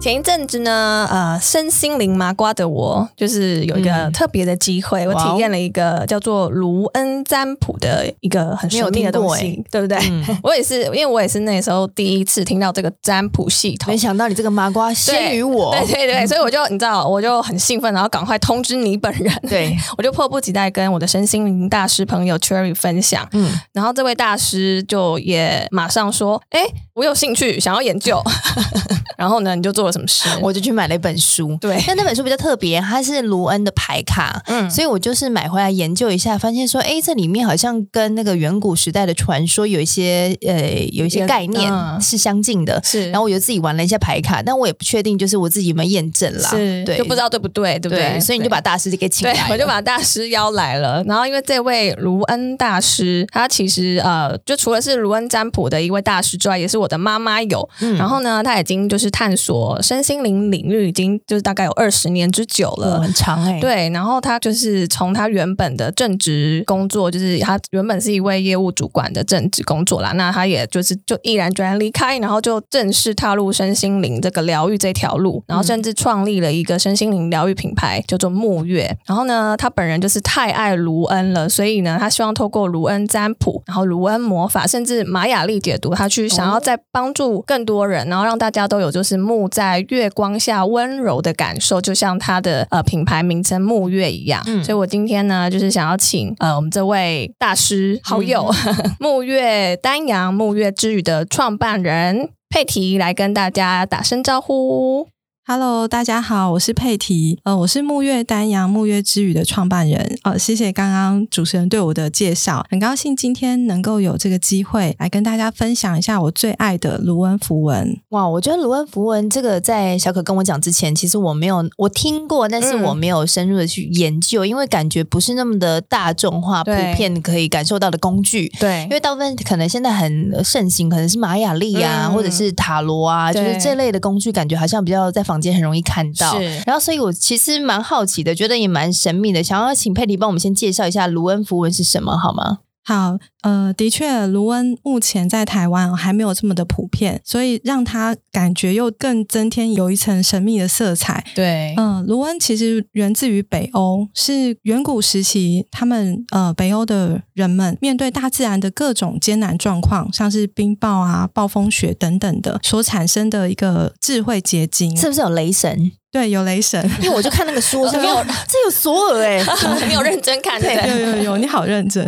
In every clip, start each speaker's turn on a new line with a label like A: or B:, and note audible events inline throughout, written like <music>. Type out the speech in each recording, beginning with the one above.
A: 前一阵子呢，呃，身心灵麻瓜的我，就是有一个
B: 嗯
A: 特别的机会，我
B: 哇哦
A: 体验了一个叫做卢恩占卜的一个很神秘的东
B: 没有听
A: 西，对不对？
B: 嗯
A: <laughs> 我也是，因为我也是那时候第一次听到这个占卜系统
C: 没，想到你这个麻瓜先于我，
A: 对对对，所以我就你知道，我就很兴奋，然后赶快通知你本人，
C: 对，
A: 我就迫不及待跟我的身心灵大师朋友 Cherry 分享，
C: 嗯，
A: 然后这位大师就也马上说，哎，我有兴趣，想要研究， <laughs> 然后呢，你就做了什么事？
C: 我就去买了一本书。
A: 对，
C: 但那本书比较特别，它是卢恩的牌卡，
A: 嗯
C: 所以我就是买回来研究一下，发现说，哎，这里面好像跟那个远古时代的传说有一些呃有一些
A: 也
C: 概念
A: 嗯
C: 是相近的。
A: 是，
C: 然后我就自己玩了一下牌卡，但我也不确定就是我自己有没有验证啦，
A: 是，
C: 对，
A: 就不知道对不对，对不
C: 对
A: 对？
C: 所以你就把大师给请
A: 对，
C: 来，
A: 我就把大师邀来了。然后因为这位卢恩大师，他其实呃，就除了是卢恩占卜的一位大师之外，也是我的妈妈友。
C: 嗯
A: 然后呢，他已经就是探索身心灵领域，已经就是大概有二十年之久
C: 哦
A: 了。
C: 很长哎、
A: 对，然后他就是从他原本的正职工作，就是他原本是一位业务主管的正职工作啦，那他也就是就毅然决然离开，然后就正式踏入身心灵这个疗愈这条路，然后甚至创立了一个身心灵疗愈品牌，叫做木月。然后呢，他本人就是太爱卢恩了，所以呢，他希望透过卢恩占卜，然后卢恩魔法，甚至玛雅历解读，他去想要再帮助更多人，然后让大家都有就是沐在月光下温柔的感受，就像他的呃品牌名称木月一样。
C: 嗯
A: 所以我今天呢，就是想要请呃我们这位大师好友、
D: 嗯
A: <laughs> 木月丹阳木月之语的创办人。佩提来跟大家打声招呼。
D: Hello，大家好，我是佩提，呃，我是木月丹阳木月之语的创办人，呃，谢谢刚刚主持人对我的介绍，很高兴今天能够有这个机会来跟大家分享一下我最爱的卢恩符文。
C: 哇，我觉得卢恩符文这个，在小可跟我讲之前，其实我没有我听过，但是
A: 嗯
C: 我没有深入的去研究，因为感觉不是那么的大众化、普
A: 对
C: 遍可以感受到的工具。
A: 对
C: 因为大部分可能现在很盛行，可能是玛雅历啊，
A: 嗯
C: 或者是塔罗啊，就
A: 对
C: 是这类的工具，感觉好像比较在房间很容易看到。
A: 是
C: 然后，所以我其实蛮好奇的，觉得也蛮神秘的，想要请佩迪帮我们先介绍一下卢恩符文是什么，好吗？
D: 好，呃，的确，卢恩目前在台湾哦还没有这么的普遍，所以让它感觉又更增添有一层神秘的色彩。
A: 对
D: 嗯，卢恩其实源自于北欧，是远古时期他们呃北欧的人们面对大自然的各种艰难状况，像是冰雹啊、暴风雪等等的，所产生的一个智慧结晶。
C: 是不是有雷神？
D: 对，有雷神，
C: 因为我就看那个书，我想
A: 没有
C: 说这有索尔哎、
A: 哦没有认真看，对不对
D: 有有有，你好认真。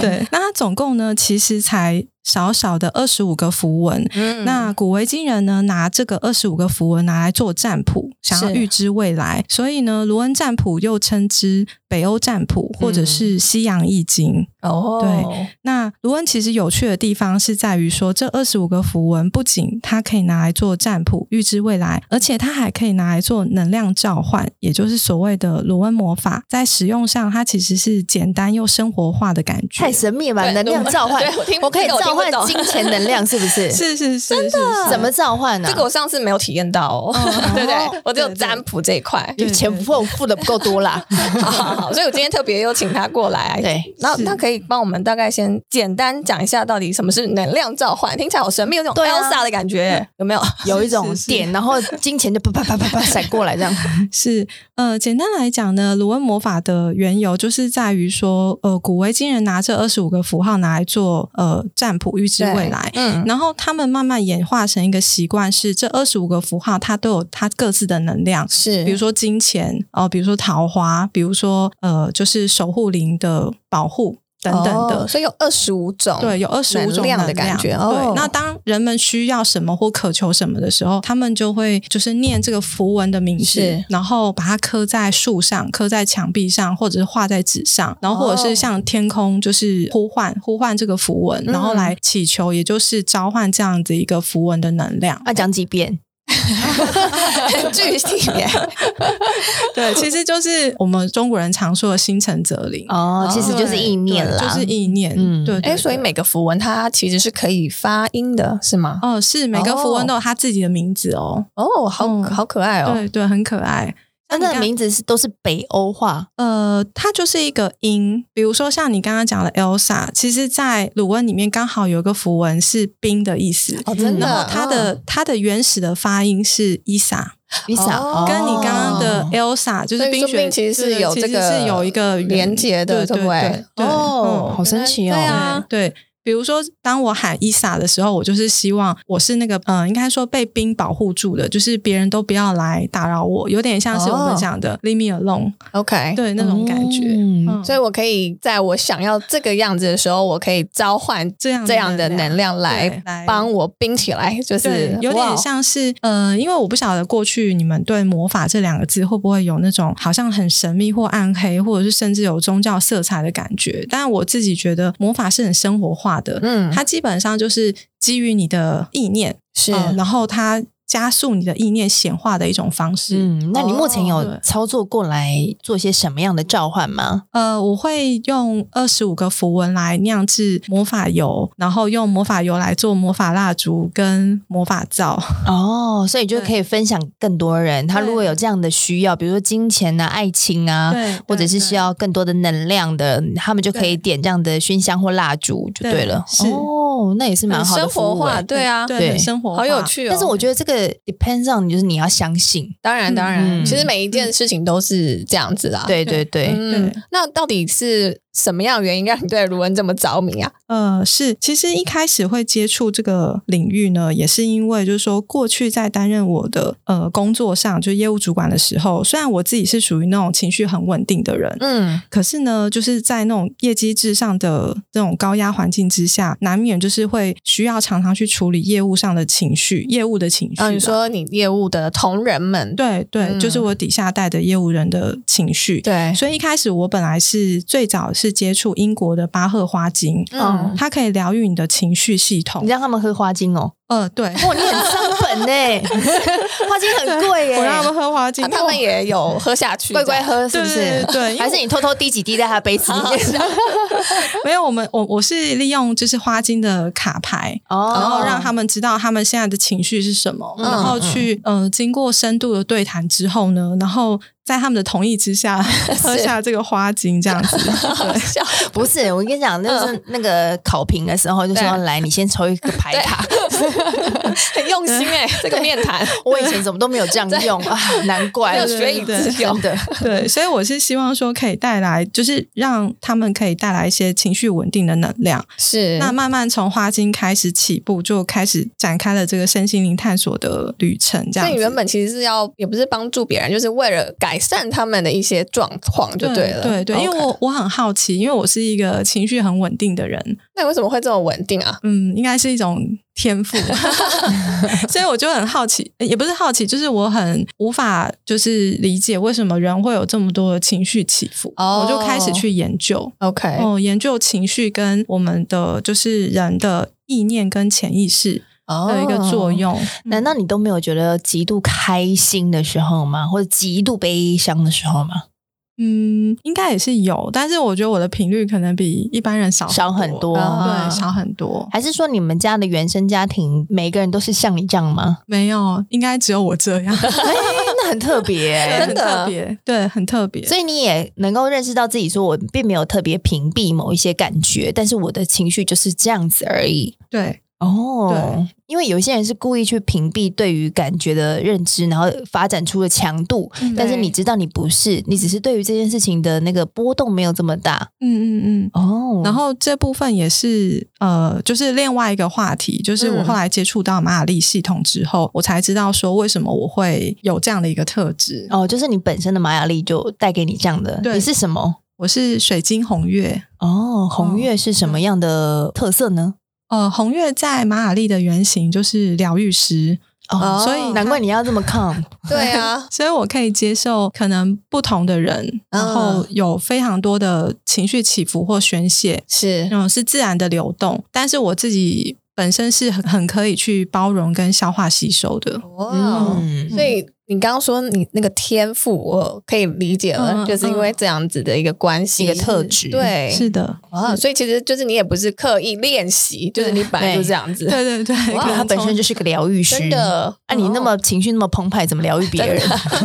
D: 对，那它总共呢，其实才少少的二十五个符文。
A: 嗯
D: 那古维京人呢，拿这个二十五个符文拿来做占卜，想要
A: 是
D: 预知未来。所以呢，卢恩占卜又称之北欧占卜，或者
A: 嗯
D: 是西洋易经。
A: 哦，
D: 对那卢恩其实有趣的地方是在于说，这二十五个符文不仅它可以拿来做占卜、预知未来，而且它还可以拿来做能量召唤，也就是所谓的卢恩魔法。在使用上，它其实是简单又生活化的感觉。
C: 太神秘了吧！能量召唤
A: 对，我听不
C: 我可以
A: 这个我
C: 召
A: 听不
C: 唤
A: 懂
C: 金钱能量，是不
A: <laughs>
C: 是？
D: 是是是是，是嗯
C: 怎么召唤啊呢、
A: 这个我上次没有体验到哦，对不对？我只有
D: 对对
A: 占卜这一块。
C: 就钱付付的不够多
A: <laughs>
C: 啦。
A: 好好好，所以我今天特别又请他过来。
C: <laughs> 对，
A: 那
D: 是
A: 那可以帮我们大概先简单讲一下到底什么是能量召唤，听起来好神秘，有种
C: 对啊
A: Elsa 的感觉，有没有？
C: 有一种
D: 是是
C: 点，然后金钱就啪啪啪啪啪闪过来，这样。
D: 是，呃，简单来讲呢，卢恩魔法的缘由就是在于说，呃，古维京人拿这二十五个符号拿来做呃占卜预知未来，
A: <laughs> 嗯，
D: 然后他们慢慢演化成一个习惯是，这二十五个符号它都有它各自的能量，
A: 是，
D: 比如说金钱哦、比如说桃花，比如说呃，就是守护灵的保护等等的。
A: 哦所以有二十五种，
D: 对，有二十五
A: 哦能
D: 种
A: 量的
D: 能
A: 感觉哦
D: 对，那当人们需要什么或渴求什么的时候，他们就会就是念这个符文的名字
A: 是，
D: 然后把它刻在树上、刻在墙壁上，或者是画在纸上，然后或者
A: 哦嗯
D: 是向天空就是呼唤、呼唤这个符文，然后来祈求，也就是召唤这样子一个符文的能量。
A: 哎
C: 要讲几遍？
A: 很具体耶。
D: 对，其实就是我们中国人常说的心诚则灵。
C: 哦，其实就是意念
D: 对
C: 啦，
D: 就是意念。
C: 嗯
D: 嗯，对
A: 哎，
D: 对
A: 所以
D: 对
A: 每个符文它其实是可以发音的，是吗？
D: 哦，是每个符文都有他自己的名字哦。
A: 哦，好
D: 嗯
A: 好可爱哦。
D: 对对，很可爱。
C: 那
D: 你
C: 那
D: 看
C: 名字是都是北欧话，
D: 呃，它就是一个音，比如说像你刚刚讲的 Elsa，其实，在鲁文里面刚好有一个符文是冰的
A: 啊
D: 意思，
C: 哦，真
D: 然后
C: 的，
D: 它的、它的原始的发音是伊莎，
C: 雨伞，
A: 哦
D: 跟你刚刚的 Elsa 就是
A: 所以
D: 冰
A: 说
D: 雪
A: 冰其实是
D: 对
A: 有这
D: 其实是
A: 个
D: 有一个原
A: 连接的
D: 对
A: 对不对
D: 对对嗯
C: 哦，好神奇哦，
A: 对啊，
D: 对，比如说，当我喊伊莎的时候，我就是希望我是那个，嗯、应该说被冰保护住的，就是别人都不要来打扰我，有点像是我
A: 哦
D: 们讲的 “leave me alone”，、
A: ，OK。
D: 对那种感觉。
C: 嗯
D: 嗯，
A: 所以我可以在我想要这个样子的时候，我可以召唤
D: 这样
A: 这样的能量
D: 对
A: 来
D: 来
A: 帮我冰起来，就是
D: 对，有
A: 哇哦
D: 点像是呃，因为我不晓得过去你们对魔法这两个字会不会有那种好像很神秘或暗黑，或者是甚至有宗教色彩的感觉。但我自己觉得魔法是很生活化的，
A: 嗯，
D: 它基本上就是基于你的意念，
A: 是
D: 呃然后它加速你的意念显化的一种方式。
C: 嗯，那你目前
D: 哦
C: 有
D: 对
C: 操作过来做些什么样的召唤吗？
D: 呃，我会用二十五个符文来酿制魔法油，然后用魔法油来做魔法蜡烛跟魔法皂。
C: 哦，所以就可以分享更多人，他
D: 对
C: 如果有这样的需要，比如说金钱啊、爱情啊，
D: 对，
C: 或者是需要更多的能量的，他们就可以
D: 对
C: 点这样的熏香或蜡烛就对了。
D: 对是
C: 哦，那也是蛮
A: 很
C: 好的
A: 生
C: 服务
A: 活化，
C: 欸
A: 对啊，
D: 对
C: 对
D: 很生活化，
A: 好有。趣哦。
C: 但是我觉得这个 depends on 你，就是你要相信。
A: 当然
D: 嗯
A: 当然，
C: 嗯
A: 其实每一件事情都是这样子啦。
C: 对对对，
A: 嗯
D: 啊对，
A: 那到底是什么样的原因让你对卢恩这么着迷啊？
D: 呃，是，其实一开始会接触这个领域呢，也是因为就是说，过去在担任我的呃工作上，就业务主管的时候，虽然我自己是属于那种情绪很稳定的人，
A: 嗯，
D: 可是呢，就是在那种业绩至上的这种高压环境之下，难免就是会需要常常去处理业务上的情绪，业务的情绪啦。
A: 啊，你说你业务的同仁们，
D: 对对，
A: 嗯
D: 就是我底下带的业务人的情绪。
A: 对，
D: 所以一开始我本来是最早是接触英国的巴赫花精，
A: 嗯，
D: 它可以疗愈你的情绪系
C: 你
D: 统。
C: 让他们喝花精哦，
D: 呃，对，
C: 哇，你很伤本
D: <laughs>
C: 呢，花精很贵欸耶，
D: 我让他们喝花精，
A: 啊他们也有喝下
C: <laughs>
A: 去，
C: 乖乖
A: 这样
C: 喝，是不是
D: 对？对对因为
C: 还是你偷偷滴几滴在他的杯子里 <laughs> 面？
D: 没有我们，我我是利用就是花精的卡牌，
C: 哦 <laughs>
D: 然后让他们知道他们现在的情绪是什么，
A: 哦嗯
D: 然后去呃经过深度的对谈之后呢，然后在他们的同意之
A: <laughs>
D: 下喝下这个花精这样子。对，
A: 笑
C: 不是，我跟你讲，就是那个考评的时候就说
A: 对
C: 来，你先抽一个牌卡。
A: <laughs> 很用心 <laughs> 哎，这个面谈，
C: <laughs> 我以前怎么都没有这样用 <laughs> 啊，难怪
A: 没有
D: 对
A: 学以致用
C: 真的。
D: 对，所以我是希望说可以带来，就是让他们可以带来一些情绪稳定的能量。
A: 是
D: 那慢慢从花精开始起步，就开始展开了这个身心灵探索的旅程。这
A: 所
D: 样
A: 以
D: 子，
A: 你原本其实是要，也不是帮助别人，就是为了改善他们的一些状况就
D: 对
A: 了。
D: 对对，因为
A: OK
D: 我我很好奇，因为我是一个情绪很稳定的人，
A: 那你为什么会这么稳定啊？
D: 嗯，应该是一种天赋， <laughs> 所以我就很好奇，呃也不是好奇，就是我很无法就是理解为什么人会有这么多的情绪起伏，
A: 哦哎
D: 我就开始去研究，
A: OK，
D: 哦，研究情绪跟我们的就是人的意念跟潜意识的一个作。用。
C: 难道你都没有觉得极度开心的时候吗？或者极度悲伤的时候吗？
D: 嗯，应该也是有，但是我觉得我的频率可能比一般人少
C: 少很多，嗯
A: 啊
D: 对，少很多。
C: 还是说你们家的原生家庭每个人都是像你这样 <laughs> 吗？
D: 没有，应该只有我这
C: <laughs>
D: 样，
C: 哎，那很特别欸、
A: 真的
D: 很特别，对，很特别。
C: 所以你也能够认识到自己，说我并没有特别屏蔽某一些感觉，但是我的情绪就是这样子而已。
D: 对，
C: 哦，因为有一些人是故意去屏蔽对于感觉的认知，然后发展出了强度，
D: 嗯
C: 但是你知道你不是，你只是对于这件事情的那个波动没有这么大。
D: 嗯嗯嗯。
C: 哦，
D: 然后这部分也是呃，就是另外一个话题，就是
C: 嗯
D: 我后来接触到马雅历系统之后，我才知道说为什么我会有这样的一个特质。
C: 哦，就是你本身的玛雅历就带给你这样的，
D: 对
C: 你是什么？
D: 我是水晶红月，
C: 哦，红月是什么样的特色呢？
D: 呃，红月在马雅历的原型就是疗愈师，
C: 哦，
A: 哦
C: 所以难怪你要这么抗。
A: 对啊，
D: 所以我可以接受可能不同的人，
A: 嗯
D: 然后有非常多的情绪起伏或宣泄，
A: <laughs> 是
D: 嗯，是自然的流动，但是我自己。本身是很很可以去包容跟消化吸收的，
A: 哇，
C: 嗯，
A: 所以。你刚刚说你那个天赋，我可以理解了，
D: 嗯
A: 就是因为这样子的一个关系，
C: 一个特质
A: 对，
D: 是的，
A: 啊，所以其实就是你也不是刻意练习，就是你本来就这样子，
D: 对对对，
A: 哇哦
D: 可能
C: 他本身
D: 从
C: 就是个疗愈师。
A: 真，的。
C: 啊，你那么情绪那么澎湃，怎么疗愈别人？
A: <laughs>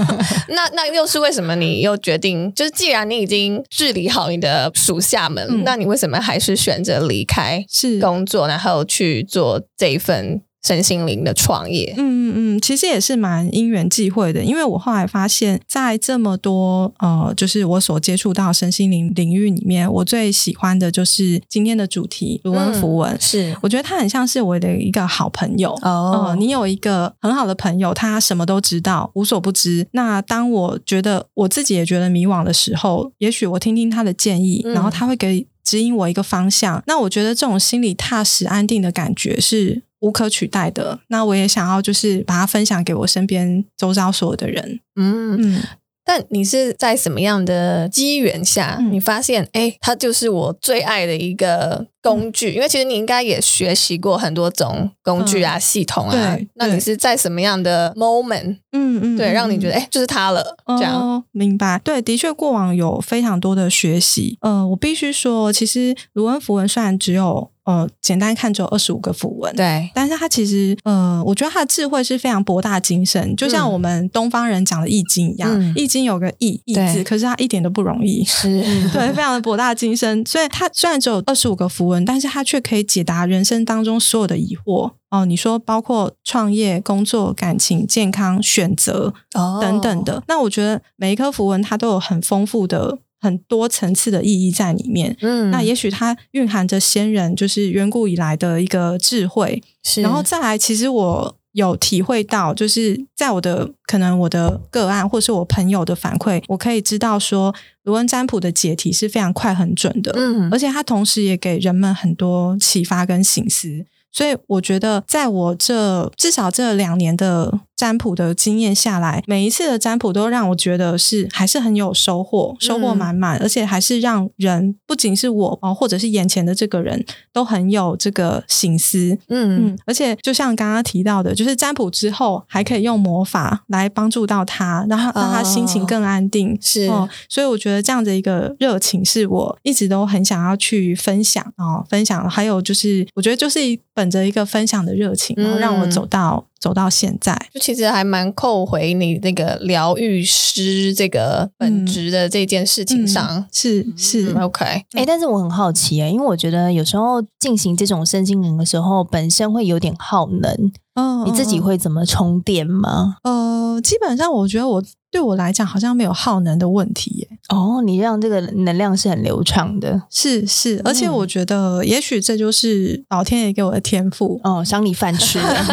A: 那那又是为什么你又决定？就是既然你已经治理好你的属下们，
D: 嗯
A: 那你为什么还是选择离开
D: 是
A: 工作，然后去做这一份身心灵的创业？
D: 嗯嗯嗯，其实也是蛮因缘际会的，因为我后来发现，在这么多呃，就是我所接触到身心灵领域里面，我最喜欢的就是今天的主题——卢
A: 嗯
D: 恩符文。
C: 是
D: 我觉得他很像是我的一个好朋友。
C: 哦
D: 哦、你有一个很好的朋友，他什么都知道，无所不知。那当我觉得我自己也觉得迷惘的时候，也许我听听他的建议，
A: 嗯
D: 然后他会给指引我一个方向。那我觉得这种心里踏实、安定的感觉是。无可取代的，那我也想要就是把它分享给我身边周遭所有的人。
A: 嗯，
D: 嗯，
A: 但你是在什么样的机缘下，
D: 嗯
A: 你发现哎，它就是我最爱的一个工
D: 嗯
A: 具？因为其实你应该也学习过很多种工具啊、系统啊
D: 嗯对。
A: 那你
D: 对
A: 是在什么样的 moment
D: 嗯嗯，
A: 对
D: 嗯
A: 让你觉得
D: 嗯
A: 哎，就是它了？这样，
D: 哦，明白。对，的确，过往有非常多的学习。呃，我必须说，其实卢恩符文虽然只有呃简单看只有二十五个符文，
A: 对，
D: 但是它其实呃，我觉得它的智慧是非常博大精深，就像
A: 嗯
D: 我们东方人讲的《易经》一样，
A: 嗯
D: 易经》有个“易”易
A: 对
D: 字，可是它一点都不容
A: <laughs>
D: 易。
A: 是，
D: 对，非常的博大精深。所以它虽然只有二十五个符文，但是它却可以解答人生当中所有的疑惑。哦，你说包括创业、工作、感情、健康、选择
A: 哦
D: 等等的。那我觉得每一颗符文它都有很丰富的、很多层次的意义在里面。
A: 嗯
D: 那也许它蕴含着先人就是远古以来的一个智慧，
A: 是
D: 然后再来，其实我有体会到，就是在我的可能我的个案或是我朋友的反馈，我可以知道说，卢恩占卜的解题是非常快很准的，
A: 嗯
D: 而且它同时也给人们很多启发跟醒思。所以我觉得，在我这至少这两年的占卜的经验下来，每一次的占卜都让我觉得是还是很有收获，收获满满，而且还是让人不仅是我哦，或者是眼前的这个人都很有这个醒思，
A: 嗯
D: 嗯，而且就像刚刚提到的，就是占卜之后还可以用魔法来帮助到他，让他让他心情更安定。
A: 哦是
D: 哦，所以我觉得这样的一个热情是我一直都很想要去分享哦，分享。还有就是，我觉得就是本着一个分享的热情，然后让我
A: 嗯
D: 走到、走到现在。
A: 就其实还蛮扣回你这个疗愈师这个
D: 嗯
A: 本职的这件事情上。
D: 是是，
A: 嗯，OK，
C: <laughs> 哎、但是我很好奇啊，因为我觉得有时候进行这种身心灵的时候，本身会有点耗能，
D: 嗯
C: 你自己
D: 嗯
C: 会怎么充电吗？
D: 呃，基本上我觉得我对我来讲好像没有耗能的问题耶。
C: 哦，你让这个能量是很流畅的。
D: 是是，而且我
A: 嗯
D: 觉得，也许这就是老天爷给我的天赋，
C: 哦，赏你饭吃 <laughs> 了，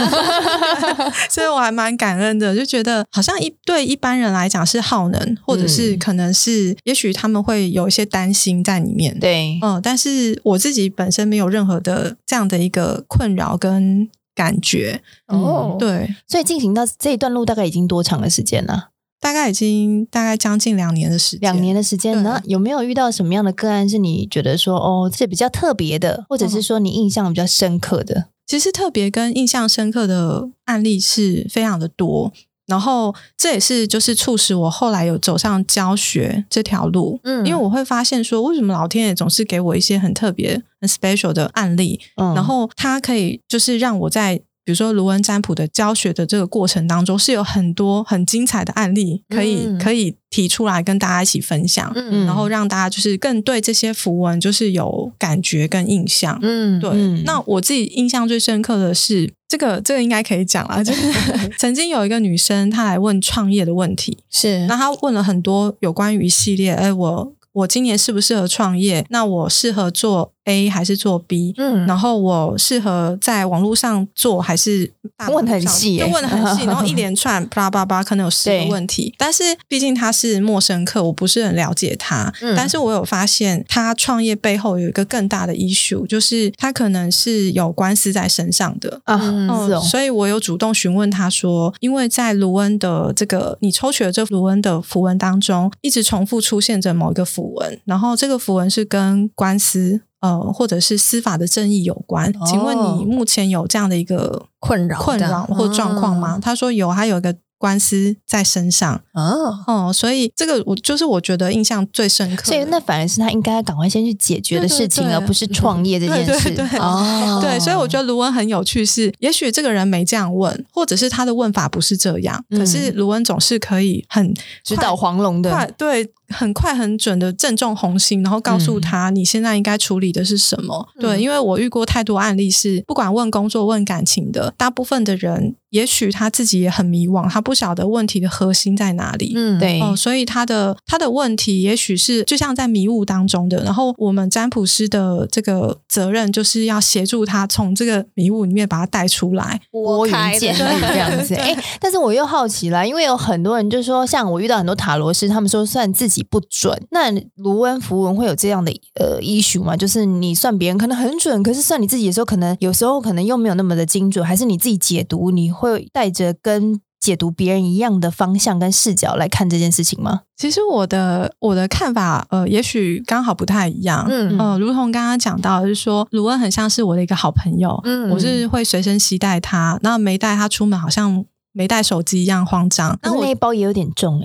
D: 所以我还蛮感恩的，就觉得好像一对一般人来讲是耗能，或者
C: 嗯
D: 是可能是，也许他们会有一些担心在里面。，
C: 对，
D: 嗯，但是我自己本身没有任何的这样的一个困扰跟感觉。
A: 哦，
D: 对，
C: <laughs> 所以进行到这一段路大概已经多长的时间了？
D: 大概已经大概将近两年的时间，
C: 两年的时间呢？有没有遇到什么样的个案是你觉得说哦，这比较特别的，或者是说你印象比较深刻的？
D: 其实特别跟印象深刻的案例是非常的多，然后这也是就是促使我后来有走上教学这条路。
A: 嗯
D: 因为我会发现说，为什么老天爷总是给我一些很特别、很 special 的案例，
C: 嗯
D: 然后它可以就是让我在比如说卢恩占卜的教学的这个过程当中，是有很多很精彩的案例可以、
A: 嗯
D: 可以提出来跟大家一起分享，
A: 嗯
D: 然后让大家就是更对这些符文就是有感觉跟印象。
A: 嗯，
D: 对，
C: 嗯
D: 那我自己印象最深刻的是这个，这个应该可以讲啦。就是 <laughs> 曾经有一个女生，她来问创业的问题，
A: 是
D: 那她问了很多有关于一系列，哎，我我今年适不适合创业？那我适合做 A 还是做 B？
A: 嗯
D: 然后我适合在网络上做还是大马路上
C: 问得很细耶
D: 就问的很细，然
C: <laughs>
D: 后一连串巴拉巴拉巴拉，可能有十个
C: 对
D: 问题。但是毕竟他是陌生客，我不是很了解他。
A: 嗯
D: 但是我有发现，他创业背后有一个更大的 issue，就是他可能是有官司在身上的。
C: 啊，
A: 嗯
C: 是哦，
D: 所以我有主动询问他说，因为在卢恩的这个你抽取的这卢恩的符文当中，一直重复出现着某一个符文，然后这个符文是跟官司。呃，或者是司法的正义有关，
A: 哦
D: 请问你目前有这样的一个
A: 困扰
C: 哦啊嗯
A: 的
D: 困扰或状况吗？他说有，他有一个官司在身上
C: 哦。
D: 哦，所以这个我就是我觉得印象最深刻的。
C: 所以那反而是他应该赶快先去解决的事情，
D: 对对对
C: 而不是创业这件事。 <laughs>
D: 对对对
C: 哦，
D: 对，所以我觉得卢恩很有趣是，也许这个人没这样问，或者是他的问法不是这样，
C: 嗯
D: 可是卢恩总是可以很
C: 指导黄龙
D: 快
C: 的，
D: 对很快很准的正中红心，然后告
C: 嗯
D: 诉他你现在应该处理的是什么。对，因为我遇过太多案例是，不管问工作问感情的，大部分的人也许他自己也很迷惘，他不晓得问题的核心在哪里。
C: 嗯，对，
D: 哦，所以他的他的问题也许是就像在迷雾当中的，然后我们占卜师的这个责任就是要协助他从这个迷雾里面把他带出来。
C: 拨
A: 我
C: 云
D: <laughs>
C: 见日 <laughs> 这样子。哎、但是我又好奇啦，因为有很多人就说，像我遇到很多塔罗师，他们说算自己不准。那卢恩符文会有这样的呃 issue 吗？就是你算别人可能很准，可是算你自己的时候，可能有时候可能又没有那么的精准，还是你自己解读，你会带着跟解读别人一样的方向跟视角来看这件事情吗？
D: 其实我的我的看法，呃，也许刚好不太一样。 <laughs>
C: 嗯
D: 呃，如同刚刚讲到，就是说卢恩很像是我的一个好朋友，
C: 嗯
D: 我是会随身携带他，那没带他出门好像没带手机一样慌张。
C: 可
D: 那
C: 是
D: 我
C: 那一包也有点重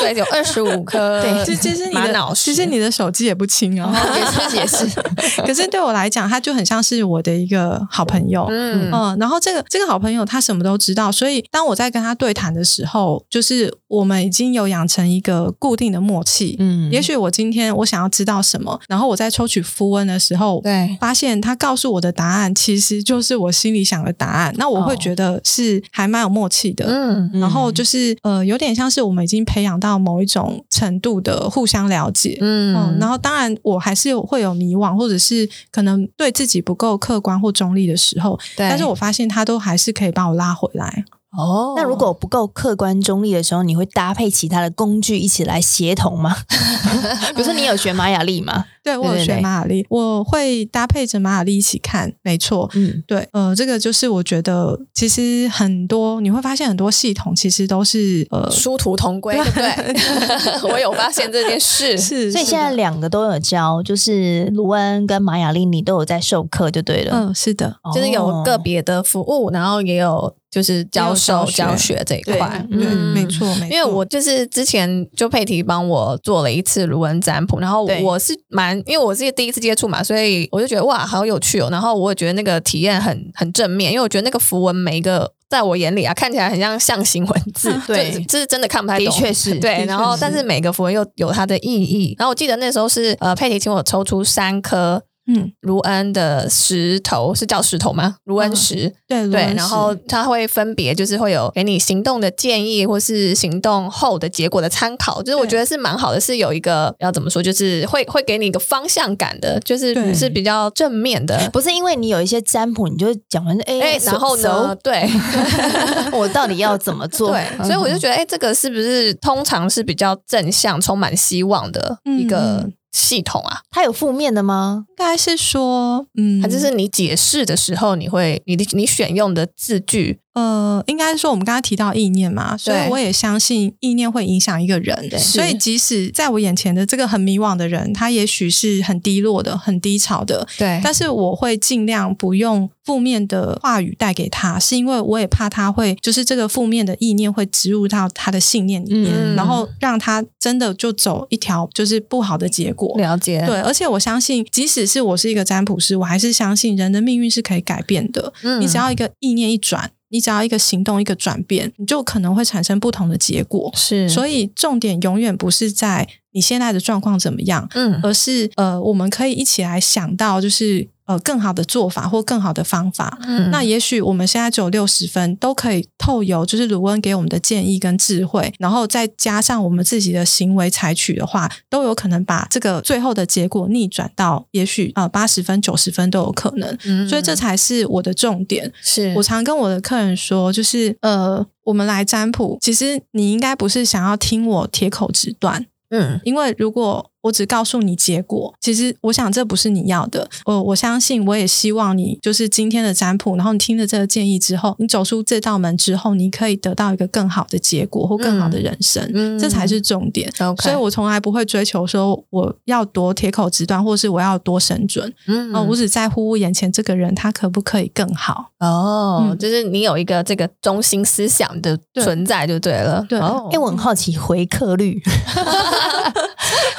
C: 哎、
A: 对，有二十五 <laughs> 颗
C: 对
D: 其其实你
A: 玛
D: 的
A: 瑙石
D: 其实你的手机也不轻哦，
C: 也是也是，
D: 可是对我来讲，他就很像是我的一个好朋友。
A: 嗯
D: 嗯，然后这个这个好朋友他什么都知道，所以当我在跟他对谈的时候，就是我们已经有养成一个固定的默契。
C: <laughs> 嗯
D: 也许我今天我想要知道什么，然后我在抽取符文的时候，
A: 对，
D: 发现他告诉我的答案其实就是我心里想的答案，那我会觉得是还蛮有默契的。
A: 嗯
D: 然后就是呃，有点像是我们已经培养到某一种程度的互相了解，嗯，
A: 嗯
D: 然后当然我还是有会有迷惘，或者是可能对自己不够客观或中立的时候，
A: 对
D: 但是我发现他都还是可以把我拉回来。
A: 哦
C: 那如果不够客观中立的时候，你会搭配其他的工具一起来协同吗？ <laughs> 比如说你有学玛雅历吗？
D: 对我
C: 对
D: 有
C: 对
D: 学
C: 对
D: 马雅历，我会搭配着马雅历一起看，没错。
C: 嗯，
D: 对，呃，这个就是我觉得，其实很多你会发现，很多系统其实都是呃，
A: 殊途同归，对不 <laughs>
D: <laughs>
A: 对？我有发现这件事，
D: 是，
C: 所以
D: 是
C: 现在
D: 的
C: 两个都有教，就是卢恩跟玛雅历，你都有在授课就对了。
D: 嗯、是的，
C: 哦
A: 就是有个别的服务，然后也有就是教授
D: 也有教学
A: 教学这一块。
D: 对，
C: 嗯
D: 没错，没错，
A: 因为我就是之前就佩提帮我做了一次卢恩占卜，然后
C: 对
A: 我是蛮因为我是第一次接触嘛，所以我就觉得哇好有趣哦，然后我也觉得那个体验很很正面，因为我觉得那个符文每一个在我眼里啊看起来很像象形文字，
C: 对
A: 就这是真的看不太懂，
C: 的确是
A: 对
D: 的，
A: 然后
D: 确
A: 但
D: 是
A: 是每个符文又有它的意义，然后我记得那时候是呃佩提请我抽出三颗
D: 嗯，
A: 卢恩的石头，是叫石头吗？卢恩石。
D: 对
A: 对，
D: 轮
A: 然后
D: 是
A: 他会分别就是会有给你行动的建议，或是行动后的结果的参考，就是我
D: 对
A: 觉得是蛮好的，是有一个要怎么说，就是会会给你一个方向感的，就是
D: 对
A: 是比较正面的。
C: 不是因为你有一些占卜，你就讲完 <laughs> 哎、
A: 哎，然后呢？
C: 走？
A: 对
C: 走 <laughs> 我到底要怎么做？嗯
A: 对，所以我就觉得，哎，这个是不是通常是比较正向、充满希望的一个
D: 嗯
A: 系统啊？
C: 它有负面的吗？
D: 应该是说，嗯，
A: 还是是你解释的时候，你会你的你选用的字句
D: 呃，应该是说我们刚刚提到意念嘛，所以
A: 对
D: 我也相信意念会影响一个人。
A: 对
D: 所以
A: 是
D: 即使在我眼前的这个很迷惘的人，他也许是很低落的、很低潮的，
A: 对
D: 但是我会尽量不用负面的话语带给他，是因为我也怕他会就是这个负面的意念会植入到他的信念里面，
A: 嗯
D: 然后让他真的就走一条就是不好的结果。
A: 了解，
D: 对，而且我相信，即使是我是一个占卜师，我还是相信人的命运是可以改变的。
A: 嗯
D: 你只要一个意念一转，你只要一个行动一个转变，你就可能会产生不同的结果。
A: 是，
D: 所
A: 以
D: 以重点永远不是在你现在的状况怎么样，
A: 嗯
D: 而是呃，我们可以一起来想到就是呃更好的做法或更好的方法。
A: 嗯
D: 那也许我们现在只有六十分，都可以透由就是卢恩给我们的建议跟智慧，然后再加上我们自己的行为采取的话，都有可能把这个最后的结果逆转到也许呃八十分、九十分都有可能。
A: 嗯
D: 所以这才是我的重点。
A: 是
D: 我常跟我的客人说，就是呃，我们来占卜，其实你应该不是想要听我铁口直断，
A: 嗯
D: 因为如果我只告诉你结果。其实我想这不是你要的。呃我我相信，我也希望你就是今天的占卜，然后你听了这个建议之后，你走出这道门之后，你可以得到一个更好的结果或更好的人生，
A: 嗯
D: 这才是重点。
A: OK
D: 所以我从来不会追求说我要多铁口直断，或是我要多神准。
A: 嗯
D: 哦，我只在乎眼前这个人他可不可以更好。
A: 哦，
D: 嗯
A: 就是你有一个这个中心思想的
D: 对
A: 存在就对了。
D: 对
A: 哦
C: 哎、我很好奇回客率。 <laughs>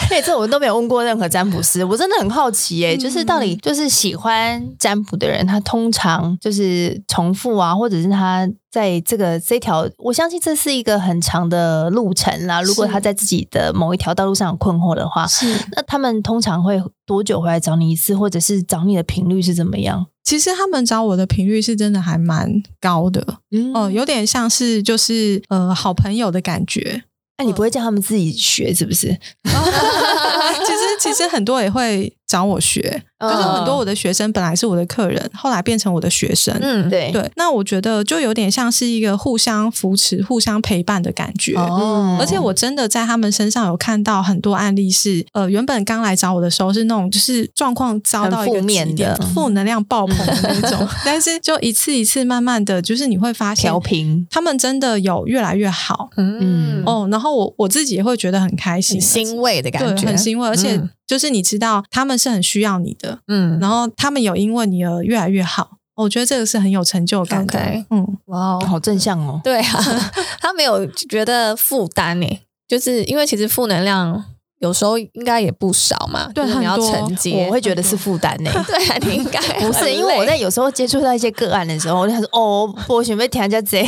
C: 哎、这我都没有问过任何占卜师，我真的很好奇哎、就是到底就是喜欢占卜的人，他通常就是重复啊，或者是他在这个这条，我相信这是一个很长的路程啦。如果
D: 是
C: 他在自己的某一条道路上有困惑的话，
D: 是，
C: 那他们通常会多久回来找你一次，或者是找你的频率是怎么样？
D: 其实他们找我的频率是真的还蛮高的
C: 嗯
D: 哦、有点像是就是呃好朋友的感
C: <laughs>
D: 觉。
C: 那、哎你不会叫他们自己学是不是？
D: 其实其实很多也会找我学，
C: 哦嗯
D: 就是很多我的学生本来是我的客人，后来变成我的学生。
A: 嗯，
C: 对，
D: 对，那我觉得就有点像是一个互相扶持、互相陪伴的感觉。
A: 哦
C: 嗯
D: 而且我真的在他们身上有看到很多案例是，呃，原本刚来找我的时候是那种就是状况遭到一个
C: 很负面
D: 极点
C: 的
D: 负能量爆棚
C: <laughs>
D: 的那种，但是就一次一次慢慢的，就是你会发现
C: 调，频。
D: 他们真的有越来越好
A: 嗯
C: 嗯
A: 哦，
D: 哦。然后我我自己也会觉得很开心
A: 很，
D: 啊
A: 欣慰的感
D: 对，
A: 觉，
D: 很欣慰，而且
A: 嗯
D: 就是你知道他们是很需要你的，
A: 嗯，
D: 然后他们有因为你而越来越好，哦我觉得这个是很有成就感的。
A: OK
D: 嗯，
A: 哇哦，
C: 好正向哦，
A: 对啊， <laughs> 他没有觉得负担呢，就是因为其实负能量有时候应该也不少嘛，
D: 对
A: 就是你要
D: 很多
A: 承接，
C: 我会觉得是负担 <laughs> 呢。
A: <laughs> 对啊，你应该
C: 不是，因为我在有时候接触到一些个案的时候，我就想说 <laughs> 哦，我准备听人家这，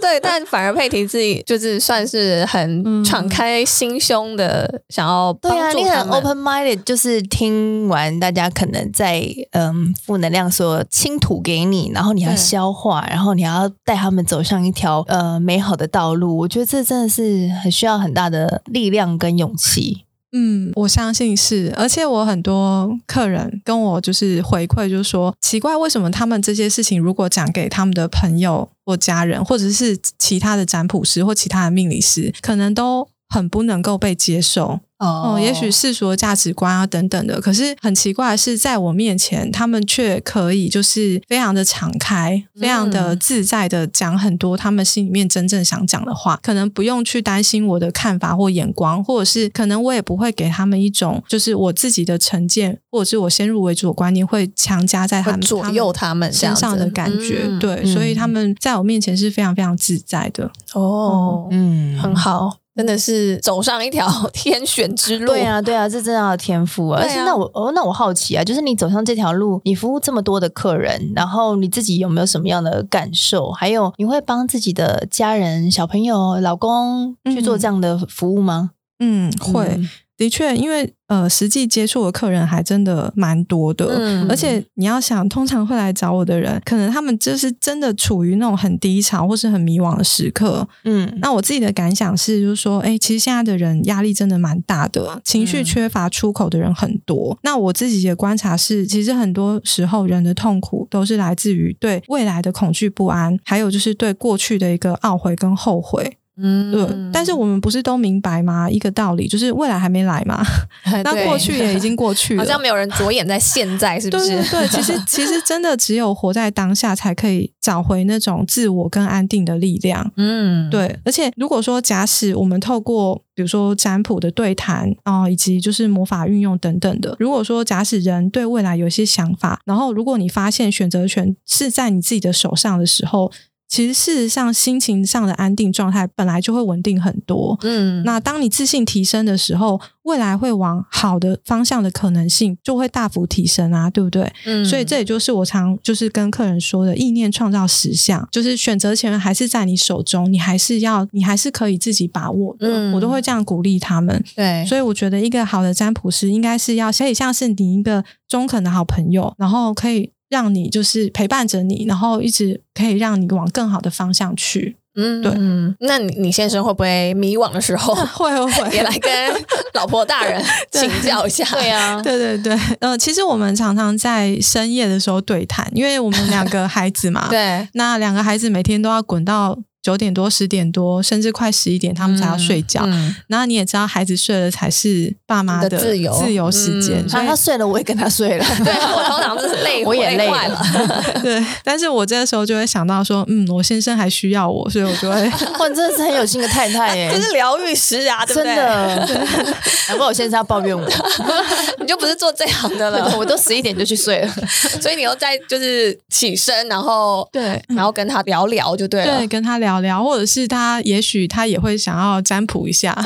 A: 对，但反而佩提自己就是算是很
D: 嗯
A: 敞开心胸的，想要
C: 对
A: 帮
C: 啊，
A: 助
C: 你
A: 他
C: 很
A: 们。
C: open minded，就是听完大家可能在嗯负能量所倾吐给你，然后你要
A: 对
C: 消化，然后你要带他们走上一条呃美好的道路。我觉得这真的是很需要很大的力量跟勇气。
D: 嗯，我相信是，而且我很多客人跟我就是回馈，就是说奇怪，为什么他们这些事情如果讲给他们的朋友或家人，或者是其他的占卜师或其他的命理师，可能都很不能够被接受哦，也许世俗的价值观啊等等的。可是很奇怪的是，在我面前，他们却可以就是非常的敞开，非常的
A: 嗯
D: 自在的讲很多他们心里面真正想讲的话，可能不用去担心我的看法或眼光，或者是可能我也不会给他们一种就是我自己的成见，或者是我先入为主的观念会强加在他
A: 会
D: 们
A: 左右。他们这
D: 身
A: 样子
D: 上的感觉，
A: 嗯
D: 对，所以他们在我面前是非常非常自在的。
A: 哦，
C: 嗯
A: 很好，真的是走上一条 <laughs> 天选之路。
C: 对，啊，对啊，这真的要有天赋啊！
A: 对啊
C: 而且那我哦，那我好奇啊，就是你走上这条路，你服务这么多的客人，然后你自己有没有什么样的感受？还有你会帮自己的家人、小朋友、老公去
A: 嗯
C: 做这样的服务吗？
D: 嗯，会，
C: 嗯
D: 的确，因为呃，实际接触的客人还真的蛮多的。
A: 嗯
D: 而且你要想，通常会来找我的人，可能他们就是真的处于那种很低潮或是很迷惘的时刻。
C: 嗯
D: 那我自己的感想是，就是说，哎、其实现在的人压力真的蛮大的，情
A: 嗯
D: 绪缺乏出口的人很多。那我自己的观察是，其实很多时候人的痛苦都是来自于对未来的恐惧不安，还有就是对过去的一个懊悔跟后悔。对，
A: 嗯
D: 但是我们不是都明白吗？一个道理就是未来还没来嘛。
A: 哎
D: 那
A: 对
D: 过
A: <laughs>
D: 去也已经过去了，
A: 好像没有人着眼在现
D: <laughs>
A: 在，是不
D: 对
A: 是？
D: 对对，其 <laughs> 实其实真的只有活在当下，才可以找回那种自我跟安定的力
A: <laughs>
D: 量。
A: 嗯，
D: 对，而且如果说假使我们透过比如说占卜的对谈啊、以及就是魔法运用等等的，如果说假使人对未来有一些想法，然后如果你发现选择权是在你自己的手上的时候，其实事实上心情上的安定状态本来就会稳定很多。
A: 嗯，
D: 那当你自信提升的时候，未来会往好的方向的可能性就会大幅提升啊，对不对？
A: 嗯
D: 所以这也就是我常就是跟客人说的，意念创造实相，就是选择权还是在你手中，你还是要，你还是可以自己把握的。
A: 嗯
D: 我都会这样鼓励他们。
A: 对，
D: 所以我觉得一个好的占卜师应该是要，可以像是你一个中肯的好朋友，然后可以让你就是陪伴着你，然后一直可以让你往更好的方向去。 <laughs>
A: 嗯
D: 对
A: 嗯，那你你先生会不会迷惘的时
D: <laughs>
A: 候
D: 会会会
A: 也来跟老婆大
D: <laughs>
A: 人请教一下？
C: 对啊，
D: 对对对， <laughs> 呃，其实我们常常在深夜的时候对谈，因为我们两个孩子嘛
A: <laughs> 啊，对，
D: 那两个孩子每天都要滚到九点多、十点多，甚至快十一点，他们才要睡觉。
A: 嗯
C: <laughs>
D: 然后你也知道，孩子睡了才是爸妈
A: 的自由
D: 自由时间，
A: 嗯
D: 所
C: 啊，
D: 以
C: 他睡了，我也跟他睡了。
A: 对我通常就是累，
C: 我也累
A: 坏了。
D: <laughs> 对，但是我这个时候就会想到说，嗯，我先生还需要我，所以我就
A: <laughs>
D: 会
C: 哇，你真的是很有心的太太耶
A: 这，是疗愈师啊，对不
C: 真
A: 对？
C: 的。难怪我现在要抱
A: <laughs>
C: 怨我，
A: 你就不是做这行的
C: <laughs>
A: 了，
C: 我都十一点就去睡了。
A: 所以你又在就是起身，然后
D: 对。
C: 嗯
A: 然后跟他聊聊就对了。
D: <laughs> 对，跟他聊聊，或者是他也许他也会想要占卜一下，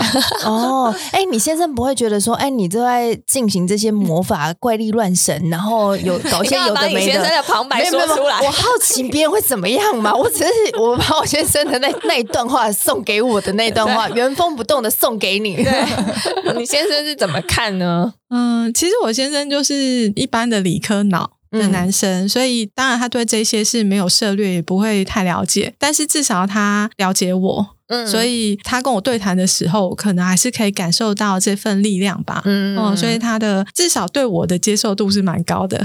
C: 哦，哎，你先生不会觉得说，哎，你都在进行这些魔法、怪力乱神，然后
A: <laughs>
C: 有搞
A: 你
C: 些
A: 干
C: 有
A: 嘛把
C: 的
A: 你
C: 没
A: 先生
C: 的。
A: 的旁白
C: 没有没
A: 说
C: 有没有
A: 出来
C: 我？好奇别人会怎么样嘛？我只是我把我先生的那那一段话送给我的那一段话，原封不动的送给你。 <laughs>
A: 对，你先生是怎么看呢？
D: 嗯，其实我先生就是一般的理科脑的
A: 嗯
D: 男生，所以当然他对这些是没有涉略，也不会太了解，但是至少他了解我，
A: 嗯
D: 所以他跟我对谈的时候，可能还是可以感受到这份力量吧。
A: 嗯
C: 哦
D: 嗯，所以他的至少对我的接受度是蛮高的。 <laughs>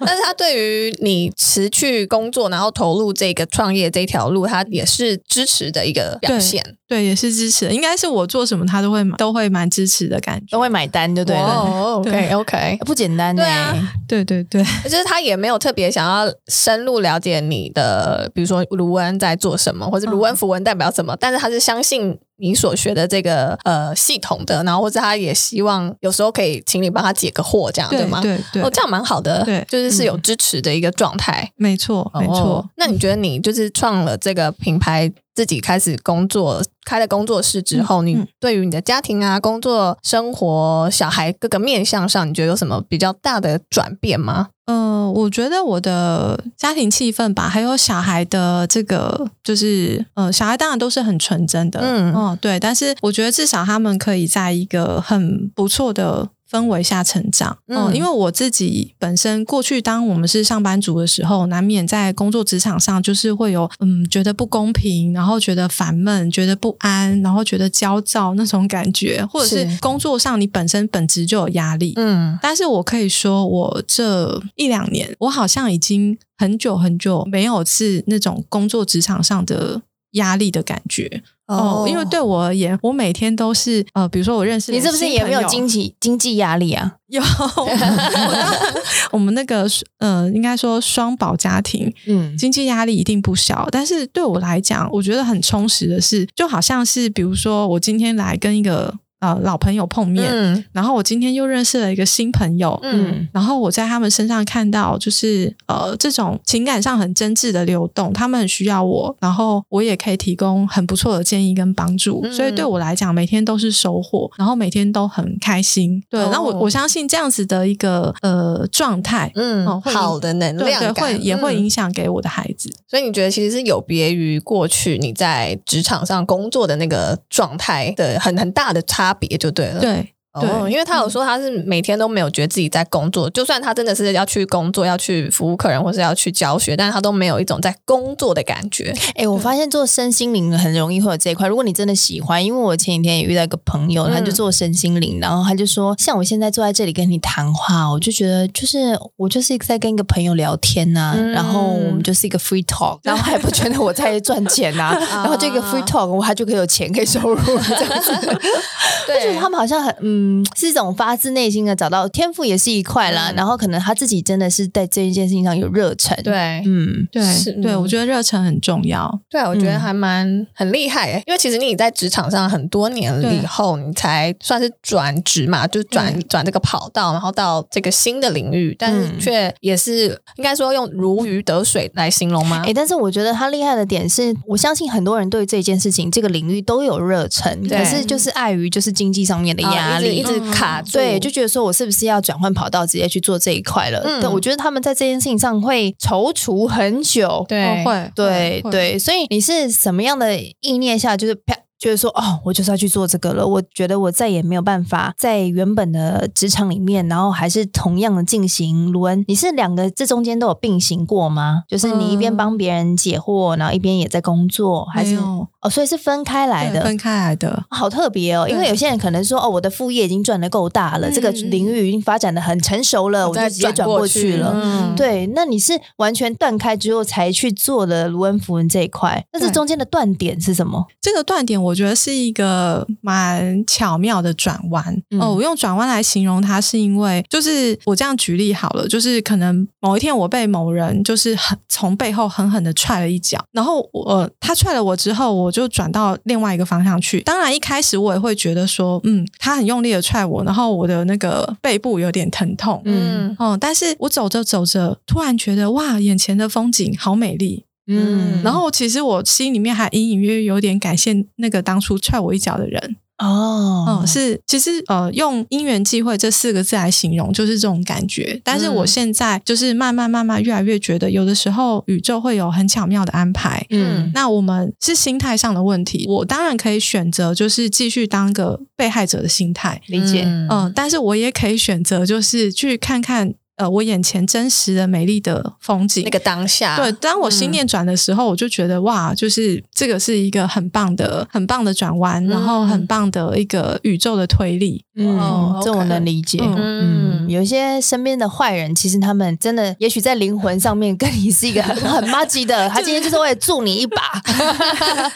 A: 但是他对于你辞去工作，然后投入这个创业这条路，他也是支持的一个表现。
D: 对，也是支持的，应该是我做什么他都会蛮都会蛮支持的感觉。
C: 都会买单就对了，哎
A: 哦，OK
D: 对
A: OK，
C: 不简单欸呢、
A: 对啊
D: 对对对，
A: 就是他也没有特别想要深入了解你的，比如说卢恩在做什么，或者
D: 嗯
A: 卢恩符文代表什么，但是他是相信你所学的这个呃系统的，然后或者他也希望有时候可以请你帮他解个惑，这样对
D: 对
A: 吗？
D: 对对，
A: 哦，这样蛮好的，
D: 对
A: 就是是有支持的一个状态。
D: 没错没
A: 哦
D: 错。
A: 那你觉得你就是创了这个品牌，自己开始工作，开了工作室之后，
D: 嗯
A: 你
D: 嗯
A: 对于你的家庭啊、工作、生活、小孩各个面向上，你觉得有什么比较大的转变吗？
D: 呃，我觉得我的家庭气氛吧，还有小孩的这个，就是呃，小孩当然都是很纯真的，
A: 嗯
D: 嗯，哦，对，但是我觉得至少他们可以在一个很不错的。氛围下成长，嗯，
A: 嗯
D: 因为我自己本身过去当我们是上班族的时候，难免在工作职场上就是会有嗯觉得不公平，然后觉得烦闷，觉得不安，然后觉得焦躁那种感觉，或者
A: 是
D: 是工作上你本身本质就有压力，
A: 嗯，
D: 但是我可以说，我这一两年，我好像已经很久很久没有是那种工作职场上的压力的感觉哦因为对我而言，我每天都是呃，比如说我认识
C: 你是不是也没有经
D: 经
C: 济经济压力啊？
D: 有我们我们那个呃，应该说双保家庭，
C: 嗯，
D: 经济压力一定不小，但是对我来讲，我觉得很充实的是，就好像是比如说我今天来跟一个呃老朋友碰面，
A: 嗯
D: 然后我今天又认识了一个新朋友，
A: 嗯
D: 然后我在他们身上看到，就是呃，这种情感上很真挚的流动，他们很需要我，然后我也可以提供很不错的建议跟帮助，
A: 嗯
D: 所以对我来讲，每天都是收获，然后每天都很开心。对，
A: 哦
D: 那、我我相信这样子的一个呃状态，
A: 嗯
D: 哦会
A: 好的能
D: 对
A: 量
D: 对，
A: 感
D: 会也会
A: 嗯
D: 影响给我的孩子。
A: 所以你觉得其实是有别于过去你在职场上工作的那个状态的很很大的差别就对了。
D: 对，
A: 哦，
D: 对
A: 因为他有说他是每天都没有觉得自己在工作，就算他真的是要去工作、要去服务客人或是要去教学，但是他都没有一种在工作的感觉。
C: 哎、我发现做身心灵很容易会有这一块。如果你真的喜欢，因为我前几天也遇到一个朋友，
A: 嗯
C: 他就做身心灵，然后他就说，像我现在坐在这里跟你谈话，我就觉得就是我就是在跟一个朋友聊天呐、
A: 嗯
C: 然后我们就是一个 free talk，然后还不觉得我在赚钱
A: <laughs>
C: 呐、然后这个
A: 啊
C: free talk 我还就可以有钱可以收入这样子。而且
A: <laughs> 对
C: 他们好像很嗯，是一种发自内心的找到天赋也是一块啦，
A: 嗯
C: 然后可能他自己真的是在这一件事情上有热忱。，
A: 对
C: 嗯，
A: 是
D: 对对，
A: 嗯
D: 我觉得热忱很重要。
A: 对啊，我觉得
C: 嗯
A: 还蛮很厉害、欸，因为其实你在职场上很多年了以
D: 对
A: 后，你才算是转职嘛，就转、转这个跑道，然后到这个新的领域，但是
C: 嗯
A: 却也是、应该说用如鱼得水来形容吗？
C: 哎、但是我觉得他厉害的点是，我相信很多人对这件事情、这个领域都有热忱，
A: 对
C: 可是就是碍于就是经济上面的
A: 啊
C: 压力。嗯
A: 一直一直卡住，
C: 对，就觉得说我是不是要转换跑道，直接去做这一块了？
A: 嗯
C: 但我觉得他们在这件事情上会踌躇很久。
A: 对、
D: 哦会
C: 对
D: 会
C: 对，所以你是什么样的意念下，就是啪，就是说哦，我就是要去做这个了。我觉得我再也没有办法在原本的职场里面，然后还是同样的进行。卢恩，你是两个这中间都有并行过吗？就是你一边
D: 嗯
C: 帮别人解惑，然后一边也在工作，还
D: 没
C: 是
D: 有，
C: 哦，所以是分开来
D: 对
C: 的
D: 分。开来的。
C: 好特别哦，因为
D: 对
C: 有些人可能说哦，我的副业已经赚得够大了，这个
A: 嗯
C: 领域已经发展的很成熟了，我就
A: 再
C: 直接转
A: 转
C: 过
A: 过
C: 去了。
A: 嗯，
C: 对，那你是完全断开之后才去做的卢恩符文这一块，那这
D: 对
C: 中间的断点是什么？
D: 这个断点，我觉得是一个蛮巧妙的转弯、
C: 嗯
D: 哦。我用转弯来形容它，是因为就是我这样举例好了，就是可能某一天我被某人就是很从背后狠狠的踹了一脚，然后我、呃他踹了我之后，我就转到另外一个方向去。当然一开始我也会觉得说，嗯，他很用力的踹我，然后我的那个背部有点疼痛。
C: 嗯
A: 嗯
D: 哦，但是我走着走着，突然觉得哇，眼前的风景好美丽，
C: 嗯，
A: 嗯
D: 然后其实我心里面还隐隐约约有点感谢那个当初踹我一脚的人。
C: 哦
D: 嗯，，是，其实呃，用因缘际会这四个字来形容，就是这种感觉。但是我
C: 嗯
D: 现在就是慢慢慢慢越来越觉得，有的时候宇宙会有很巧妙的安排。
C: 嗯
D: 那我们是心态上的问题，我当然可以选择就是继续当个被害者的心态，
C: 理解，
D: 嗯、但是我也可以选择就是去看看呃我眼前真实的美丽的风景，
A: 那个当下，
D: 对，当我心念转的时候，我就觉得哇，就是这个是一个很棒的、很棒的转弯，然后很棒的一个宇宙的推力。
C: 嗯
A: 哦，
C: 这我
A: OK
C: 能理解。嗯，
A: 嗯
C: 有一些身边的坏人，其实他们真的，也许在灵魂上面跟你是一个很很垃圾的，他今天就是为了助你一把。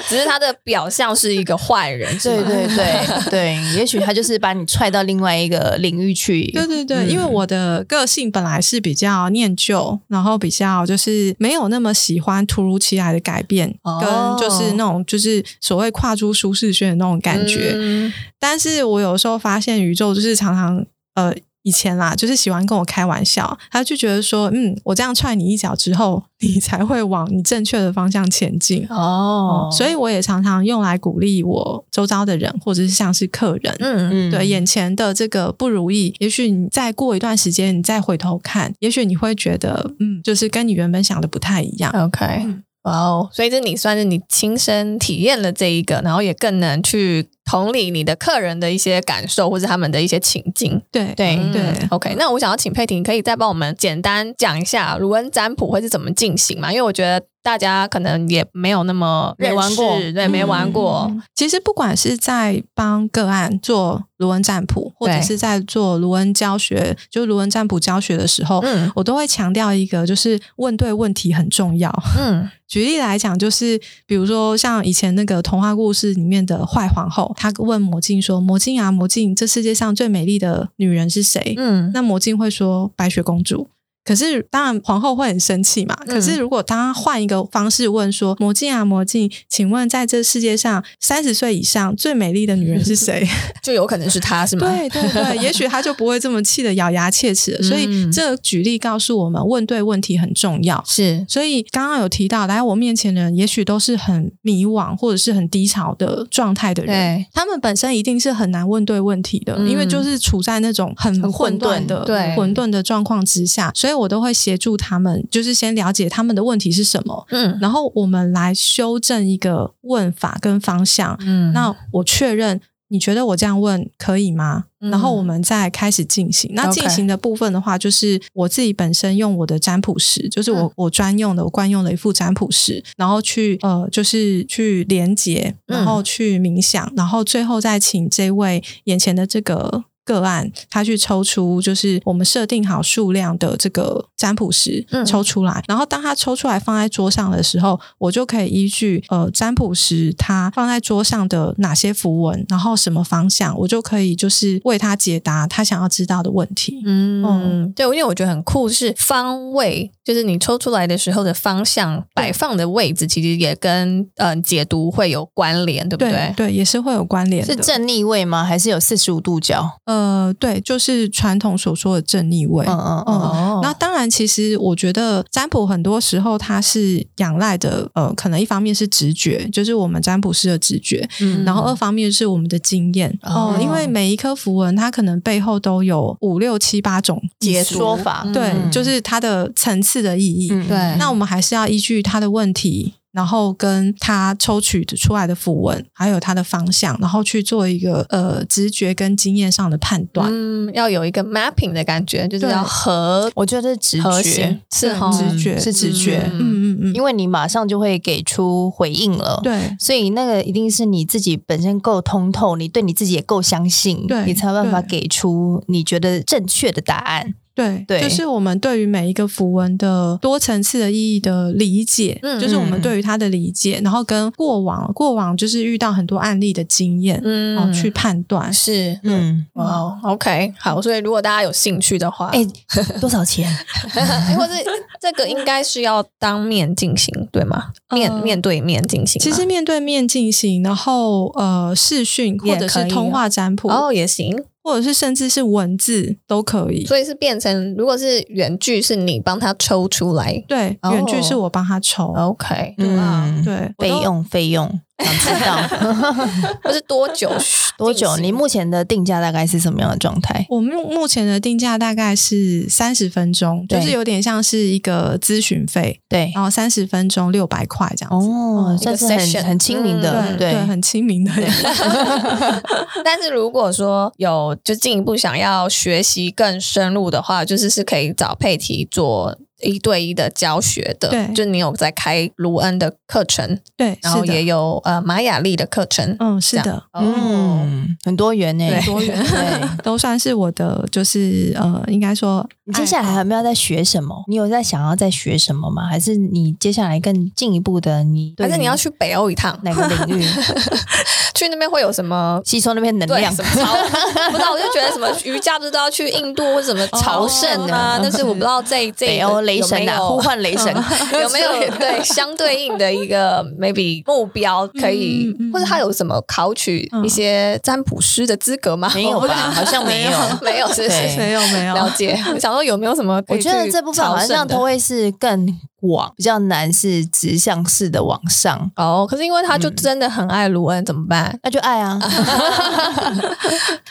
A: 只是他的表象是一个坏人，是
C: 对
A: 吗嗯
C: 对对对，也许他就是把你踹到另外一个领域去。
D: 对对对，因为
C: 嗯
D: 我的个性本来是比较念旧，然后比较就是没有那么喜欢突如其来的改变，
C: 哦
D: 跟就是那种就是所谓跨出舒适圈的那种感觉。
A: 嗯
D: 但是我有时候发现宇宙就是常常呃。以前啦，就是喜欢跟我开玩笑，他就觉得说，嗯，我这样踹你一脚之后，你才会往你正确的方向前进。
C: 哦，
D: 所以我也常常用来鼓励我周遭的人，或者是像是客人，
A: 嗯，
C: 嗯
D: 对眼前的这个不如意，也许你再过一段时间，你再回头看，也许你会觉得，嗯，就是跟你原本想的不太一样。
A: OK，哇哦，所以这你算是你亲身体验了这一个，然后也更能去同理你的客人的一些感受或是他们的一些情境。
D: 对
C: 对
A: 嗯
D: 对
A: ，OK，那我想要请佩婷可以再帮我们简单讲一下卢恩占卜会是怎么进行嘛？因为我觉得大家可能也没有那么
C: 没
A: 认识
C: 玩过
A: 对，没玩过。
D: 嗯其实不管是在帮个案做卢恩占卜，或者
A: 对
D: 是在做卢恩教学，就卢恩占卜教学的时候，
A: 嗯
D: 我都会强调一个，就是问对问题很重要。 <laughs>
A: 嗯
D: 举例来讲，就是比如说像以前那个童话故事里面的坏皇后，她问魔镜说：“魔镜啊，魔镜，这世界上最美丽的女人是谁？”
A: 嗯
D: 那魔镜会说白雪公主。可是，当然皇后会很生气嘛。可是，如果当她换一个方式问说：“魔镜啊，魔镜，请问在这世界上三十岁以上最美丽的女人是谁
A: 就有可能是他是？”吗？
D: <laughs> 对对对，也许她就不会这么气得咬牙切齿了。所以，
A: 嗯
D: 这个举例告诉我们，问对问题很重要。
A: 是
D: 所以刚刚有提到，来我面前的人，也许都是很迷惘或者是很低潮的状态的人
A: 对，
D: 他们本身一定是很难问对问题的，
A: 嗯
D: 因为就是处在那种很
C: 很混
D: 混沌的
C: 沌
A: 对
D: 混沌的状况之下，所以我都会协助他们，就是先了解他们的问题是什么，
A: 嗯
D: 然后我们来修正一个问法跟方向。
A: 嗯
D: 那我确认。你觉得我这样问可以吗？
A: 嗯
D: 然后我们再开始进行。那
A: OK
D: 进行的部分的话，就是我自己本身用我的占卜师，就是我、
A: 嗯
D: 我专用的、我惯用的一副占卜师，然后去呃，就是去连接，
A: 嗯
D: 然后去冥想，然后最后再请这位眼前的这个。个案，他去抽出就是我们设定好数量的这个占卜师
A: 嗯
D: 抽出来，然后当他抽出来放在桌上的时候，我就可以依据呃占卜师他放在桌上的哪些符文，然后什么方向，我就可以就是为他解答他想要知道的问题。
A: 嗯，对，因为我觉得很酷是方位，就是你抽出来的时候的方向、摆放的位置，其实也跟嗯、呃解读会有关联，对不
D: 对
A: 对？
D: 对，也是会有关联的。
C: 是正逆位吗？还是有四十五度角？
D: 呃，对，就是传统所说的正逆位。
C: 嗯嗯嗯，
A: 哦
D: 那当然，其实我觉得占卜很多时候它是仰赖的，呃，可能一方面是直觉，就是我们占卜师的直觉，
C: 嗯
D: 然后二方面是我们的经验
C: 哦
D: 哦、因为每一颗符文它可能背后都有五六七八种意
C: 解
D: 思
C: 说法，
D: 对，
C: 嗯
D: 就是它的层次的意义。
C: 嗯
A: 对
D: 那我们还是要依据他的问题，然后跟他抽取出来的符文，还有它的方向，然后去做一个呃直觉跟经验上的判断。
A: 嗯，要有一个 mapping 的感觉，就是要合
C: 我觉得是直
A: 和
C: 觉
A: 谐，，是
D: 对
A: 哈，
D: 直觉
C: 是直觉，
D: 嗯嗯嗯，
C: 因为你马上就会给出回应了。
D: 对
C: 所以那个一定是你自己本身够通透，你对你自己也够相信，
D: 对
C: 你才有办法
D: 对
C: 给出你觉得正确的答案。
D: 对
C: 对
D: 就是我们对于每一个符文的多层次的意义的理解，
A: 嗯
D: 就是我们对于它的理解，然后跟过往过往就是遇到很多案例的经验，
A: 嗯
D: 然后哦去判断。
A: 是。
C: 嗯，
A: 哇、o k 好，所以如果大家有兴趣的
D: 啊
A: 话，
C: 哎、多少钱？
A: 哎，或者这个应该是要当面进行，对吗？面、
D: 呃
A: 面对面进行吗，
D: 其实面对面进行，然后呃视讯
A: 也
D: 或者是
A: 可以啊
D: 通话占卜，
A: 哦也行，
D: 或者是甚至是文字都可以。
A: 所以是变成如果是远距，是你帮他抽出来
D: 对，
A: 哦
D: 远距是我帮他抽，
A: ，OK，
C: 嗯，
D: <laughs> 对，
C: 费
D: 我都
C: 用费
D: <laughs>
C: 用，想知道
A: <laughs> 或是多
C: <laughs>
A: 久
C: 多久？你目前的定价大概是什么样的状态？
D: 我们目前的定价大概是三十分钟，
C: 对
D: 就是有点像是一个咨询费，
C: 对，
D: 然后三十分钟六百块这样子。
C: 哦，算是
A: 一个 session
C: 很很亲民的，
D: 对很亲民的。
A: 但是如果说有就进一步想要学习更深入的话，就是是可以找佩提做一对一的教学的。
D: 对
A: 就你有在开卢恩的课程，
D: 对，
A: 然后
D: 是的
A: 也有呃玛雅丽的课程。
D: 嗯，是
A: 这
D: 的，
A: 哦，
C: 嗯，很多元呢、
A: 对
D: 多元 <laughs>
C: 对。
D: 都算是我的，就是呃，应该说
C: 你接下来还有没有在学什么？你有在想要在学什么吗？还是你接下来更进一步的你？
A: 反正
C: 对于
A: 你要去北欧一趟，
C: 哪个领域
A: <laughs> 去那边会有什么？
C: 吸收那边能
A: 对，
C: 量
A: 什？么
C: <laughs>
A: 朝？不知道，我就觉得什么瑜伽不是都要去印度或什么朝圣啊？
C: 哦
A: 但是我不知道这这
C: 北欧雷神啊，
A: 有没
C: <laughs>
A: 有
C: 呼唤雷神，
A: <laughs> 有没有对相对应的一个
C: <laughs>
A: maybe 目标可以，
D: 嗯嗯嗯
A: 或者他有什么考取一些占卜师的资格吗？
C: 没有
A: 我不知道
C: 吧？好像没有。
A: <laughs> 没有，是
C: 对
A: 是
D: 没有没有
A: 了解。我想说有没有什么可
C: 我
A: 以去
C: 觉
A: 朝圣的？
C: 得这部分好像都会是更广，比较难是直向式的往上。
A: 哦，可是因为他就
C: 嗯
A: 真的很爱卢恩，怎么办？
C: 那就爱啊， <laughs>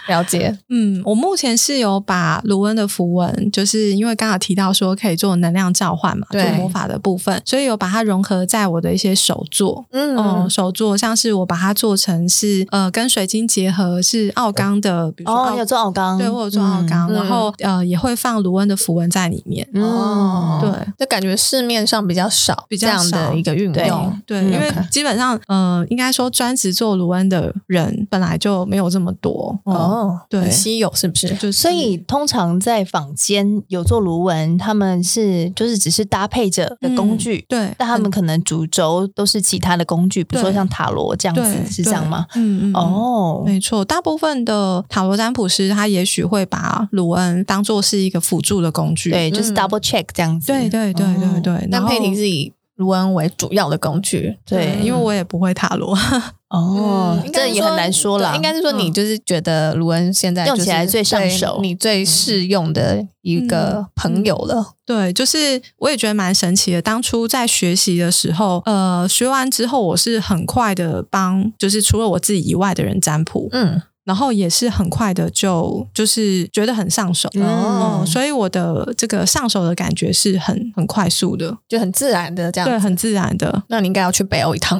A: 了解，
D: 嗯，我目前是有把卢恩的符文，就是因为刚好提到说可以做能量召唤嘛，做
A: 对
D: 魔法的部分，所以有把它融合在我的一些手作。嗯，
C: 哦
A: 嗯，
D: 手作像是我把它做成是呃跟水晶结合，是奥钢的，比如说
C: 哦，
D: 奥
C: 你有做奥钢，
D: 对我有做奥钢，
A: 嗯
D: 然后呃也会放卢恩的符文在里面。
C: 嗯，
A: 哦
C: 嗯，
D: 对，
A: 就感觉市面上比较少
D: 比
A: 这
D: 较
A: 样
D: 少
A: 的一个运
C: 对
A: 用。
D: 对，
C: 嗯
D: 因为
C: OK
D: 基本上呃应该说专职做卢恩的人本来就没有这么多。哦，
A: 哦，
D: 对
A: 很稀有是不是？
D: 就是
C: 所以通常在坊间有做卢文，他们是就是只是搭配着的工具，
D: 嗯对，
C: 但他们可能主轴都是其他的工具，比如说
D: 对
C: 像塔罗这样
D: 对
C: 子，是这样吗？？
D: 对嗯嗯，嗯。
C: 哦，
D: 没错，大部分的塔罗占卜师他也许会把卢恩当做是一个辅助的工具。
C: 对，就是
A: 嗯
C: double check 这样子。
D: 对对对对对。然
A: 哦但
D: 后
A: 佩婷是嗯以卢恩为主要的工具，
C: 对
D: 因为我也不会塔罗， <laughs>
C: 哦，
A: 嗯应该
C: 这
A: 是
C: 也很难说啦。
A: 对应该是说你
D: 嗯
A: 就是觉得卢恩现在、就是、
C: 用起来最上手
A: 对你最适用的一
D: 嗯
A: 个朋友了。
D: 对，就是我也觉得蛮神奇的。当初在学习的时候，呃，学完之后我是很快的帮，就是除了我自己以外的人占卜，
A: 嗯，
D: 然后也是很快的就就是觉得很上手。
A: 嗯
C: 哦
D: 哦，，所以我的这个上手的感觉是很很快速的，
A: 就很自然的这
D: 对，
A: 样。
D: 很自然的。
A: 那你应该要去北欧一
D: <laughs>
A: 趟。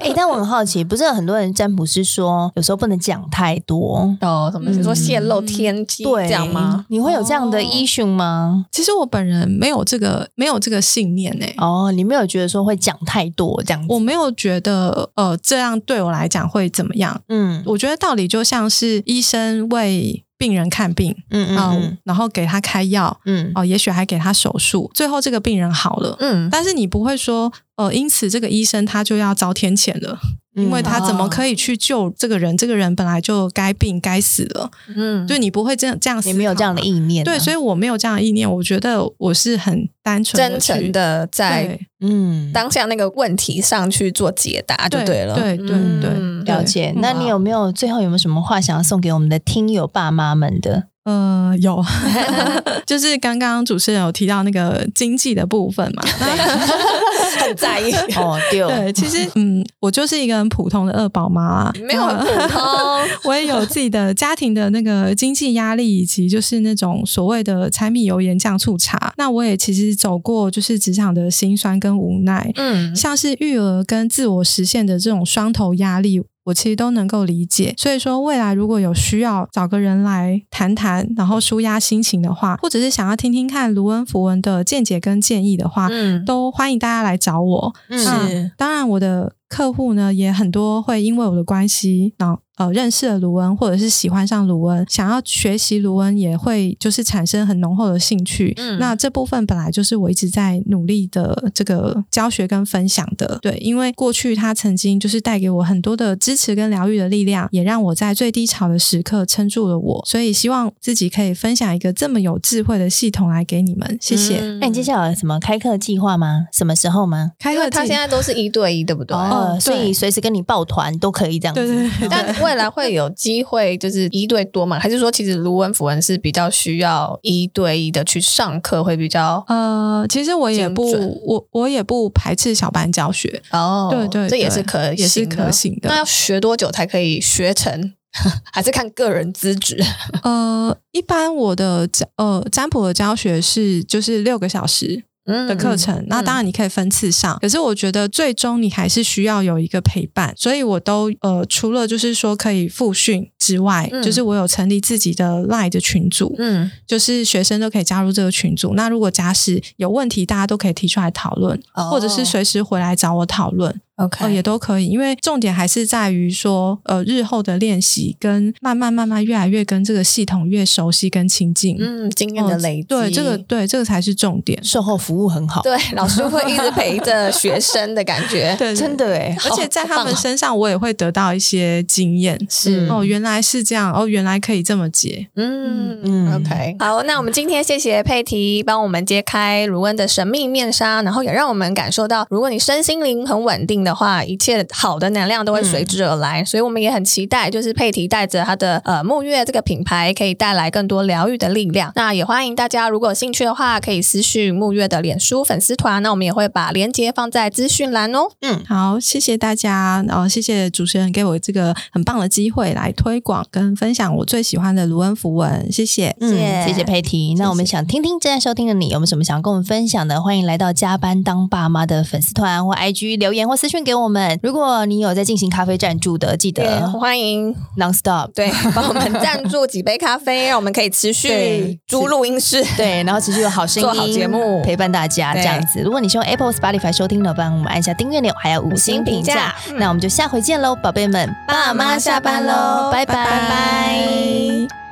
C: 哎，但我很好奇，不是很多人占卜师说有时候不能讲太多，
A: 哦，什么？你说泄露天
D: 嗯
A: 机
C: 对，
A: 这样吗？？哦
C: 你会有这样的 issue 吗？
D: 其实我本人没有这个没有这个信念诶、
C: 哦，你没有觉得说会讲太多这样子？
D: 我没有觉得呃这样对我来讲会怎么样。
C: 嗯
D: 我觉得道理就像是医生为病人看病
C: 嗯
D: 啊、
C: 嗯
D: 然后给他开药
C: 嗯
D: 哦、也许还给他手术，最后这个病人好了。
A: 嗯，
D: 但是你不会说，呃，因此这个医生他就要遭天谴了，
C: 嗯，
D: 因为他怎么
A: 哦
D: 可以去救这个人？这个人本来就该病该死了，
A: 嗯，
D: 就你不会这样这样思
C: 你没有
D: 考
C: 这样的
D: 嘛
C: 意念啊，
D: 对，所以我没有这样的意念。我觉得我是很单纯地
A: 真
D: 去
A: 诚的在
D: 对
C: 嗯，
A: 当下那个问题上去做解答就对了。
D: 对对
A: 嗯
D: 对
A: 嗯
D: 对
C: 了解。那你
A: 好
C: 有没有最后有没有什么话想要送给我们的听友爸妈们
A: <laughs>
C: 的？
D: 呃，有， <laughs> <laughs> 就是刚刚主持人有提到那个经济的部分嘛，那
C: 很
A: <laughs> 很在意，
C: 哦，丢，
D: 对，其实嗯，我就是一个很普通的二宝妈啊，
A: 没有很普通。
D: <laughs> 我也有自己的家庭的那个经济压力，以及就是那种所谓的柴米油盐酱醋茶。那我也其实走过就是职场的辛酸跟无奈，
A: 嗯，
D: 像是育儿跟自我实现的这种双头压力。我其实都能够理解，所以说未来如果有需要找个人来谈谈，然后舒压心情的话，或者是想要听听看卢恩符文的见解跟建议的话，
A: 嗯，
D: 都欢迎大家来找我。
C: 嗯
A: 是
D: 当然，我的客户呢也很多会因为我的关系，然后呃认识了卢恩，或者是喜欢上卢恩，想要学习卢恩，也会就是产生很浓厚的兴趣。
A: 嗯
D: 那这部分本来就是我一直在努力的这个教学跟分享的，对，因为过去他曾经就是带给我很多的支持跟疗愈的力量，也让我在最低潮的时刻撑住了我，所以希望自己可以分享一个这么有智慧的系统来哎给你们，谢谢。
A: 嗯
C: 那你接下来有什么开课计划吗？什么时候吗？
D: 开
A: 因为
D: 课
A: 他
D: 进
A: 现在都是一对一，对不对？
D: 哦
C: 呃，
D: 对
C: 所以随时跟你抱团都可以这样
D: 对对
C: 子。
D: 对对，
A: 但未来会有机会就是一对多嘛？还是说其实卢恩符文是比较需要一对一的去上课会比较
D: 呃，其实我也
A: 精
D: 不
A: 准，
D: 我我也不排斥小班教学，
A: 哦，
D: 对对
A: 这也
D: 对
A: 是可
D: 也是
A: 行的
D: 可行
A: 那
D: 的。
A: 要学多久才可以学成？ <laughs> 还是看个人资质。
D: 呃，一般我的占呃占卜的教学是就是六个小时
A: 嗯
D: 的课程，那当然你可以分次上，可是我觉得最终你还是需要有一个陪伴，所以我都呃除了就是说可以复训之外，
A: 嗯
D: 就是我有成立自己的 Line 的群组，
A: 嗯，
D: 就是学生都可以加入这个群组。那如果假使有问题，大家都可以提出来讨论，
A: 哦
D: 或者是随时回来找我讨论。
A: OK，
D: 哦，也都可以，因为重点还是在于说，呃，日后的练习跟慢慢慢慢越来越跟这个系统越熟悉跟亲近，
A: 嗯，经验的
D: 哦
A: 累积，
D: 对这个对这个才是哦重点，
C: 售后服务很好，
A: 对老师会一直陪着学生的感觉。
D: <laughs> 对
C: 真。的哎，
D: 而且在他们身上，我也会得到一些经验，
A: 是
D: 哦，原来啊是这样，哦，原来可以这么解，
A: 嗯
C: 嗯
A: o k 好，那我们今天谢谢佩提帮我们揭开卢恩的神秘面纱，然后也让我们感受到，如果你身心灵很稳定的话，一切好的能量都会随之而来。所以我们也很期待，就是佩提带着他的呃沐月这个品牌，可以带来更多疗愈的力量。那也欢迎大家，如果有兴趣的话，可以私讯沐月的脸书粉丝团，那我们也会把链接放在资讯栏哦。
D: 好，谢谢大家，然、后谢谢主持人给我这个很棒的机会来推广跟分享我最喜欢的卢恩符文，谢谢。
C: 嗯，谢谢佩提。那我们想听听正在收听的你有没有什么想跟我们分享的？欢迎来到加班当爸妈的粉丝团或 IG 留言或私讯给我们。如果你有在进行咖啡赞助的，记
A: 对，
C: 得
A: <laughs> 欢迎
C: non stop
A: 对帮我们赞助几杯咖啡，让我们可以持续
C: 对
A: <laughs> 租录音室。
C: 对，然后持续有好声音，
A: 做好节目
C: 陪伴大家
A: 对
C: 这样子。如果你是用 Apple Spotify 收听的，帮我们按下订阅钮，还有五星评价。
A: 嗯
C: 那我们就下回见喽，宝贝们，爸妈下班喽，拜拜
D: 拜拜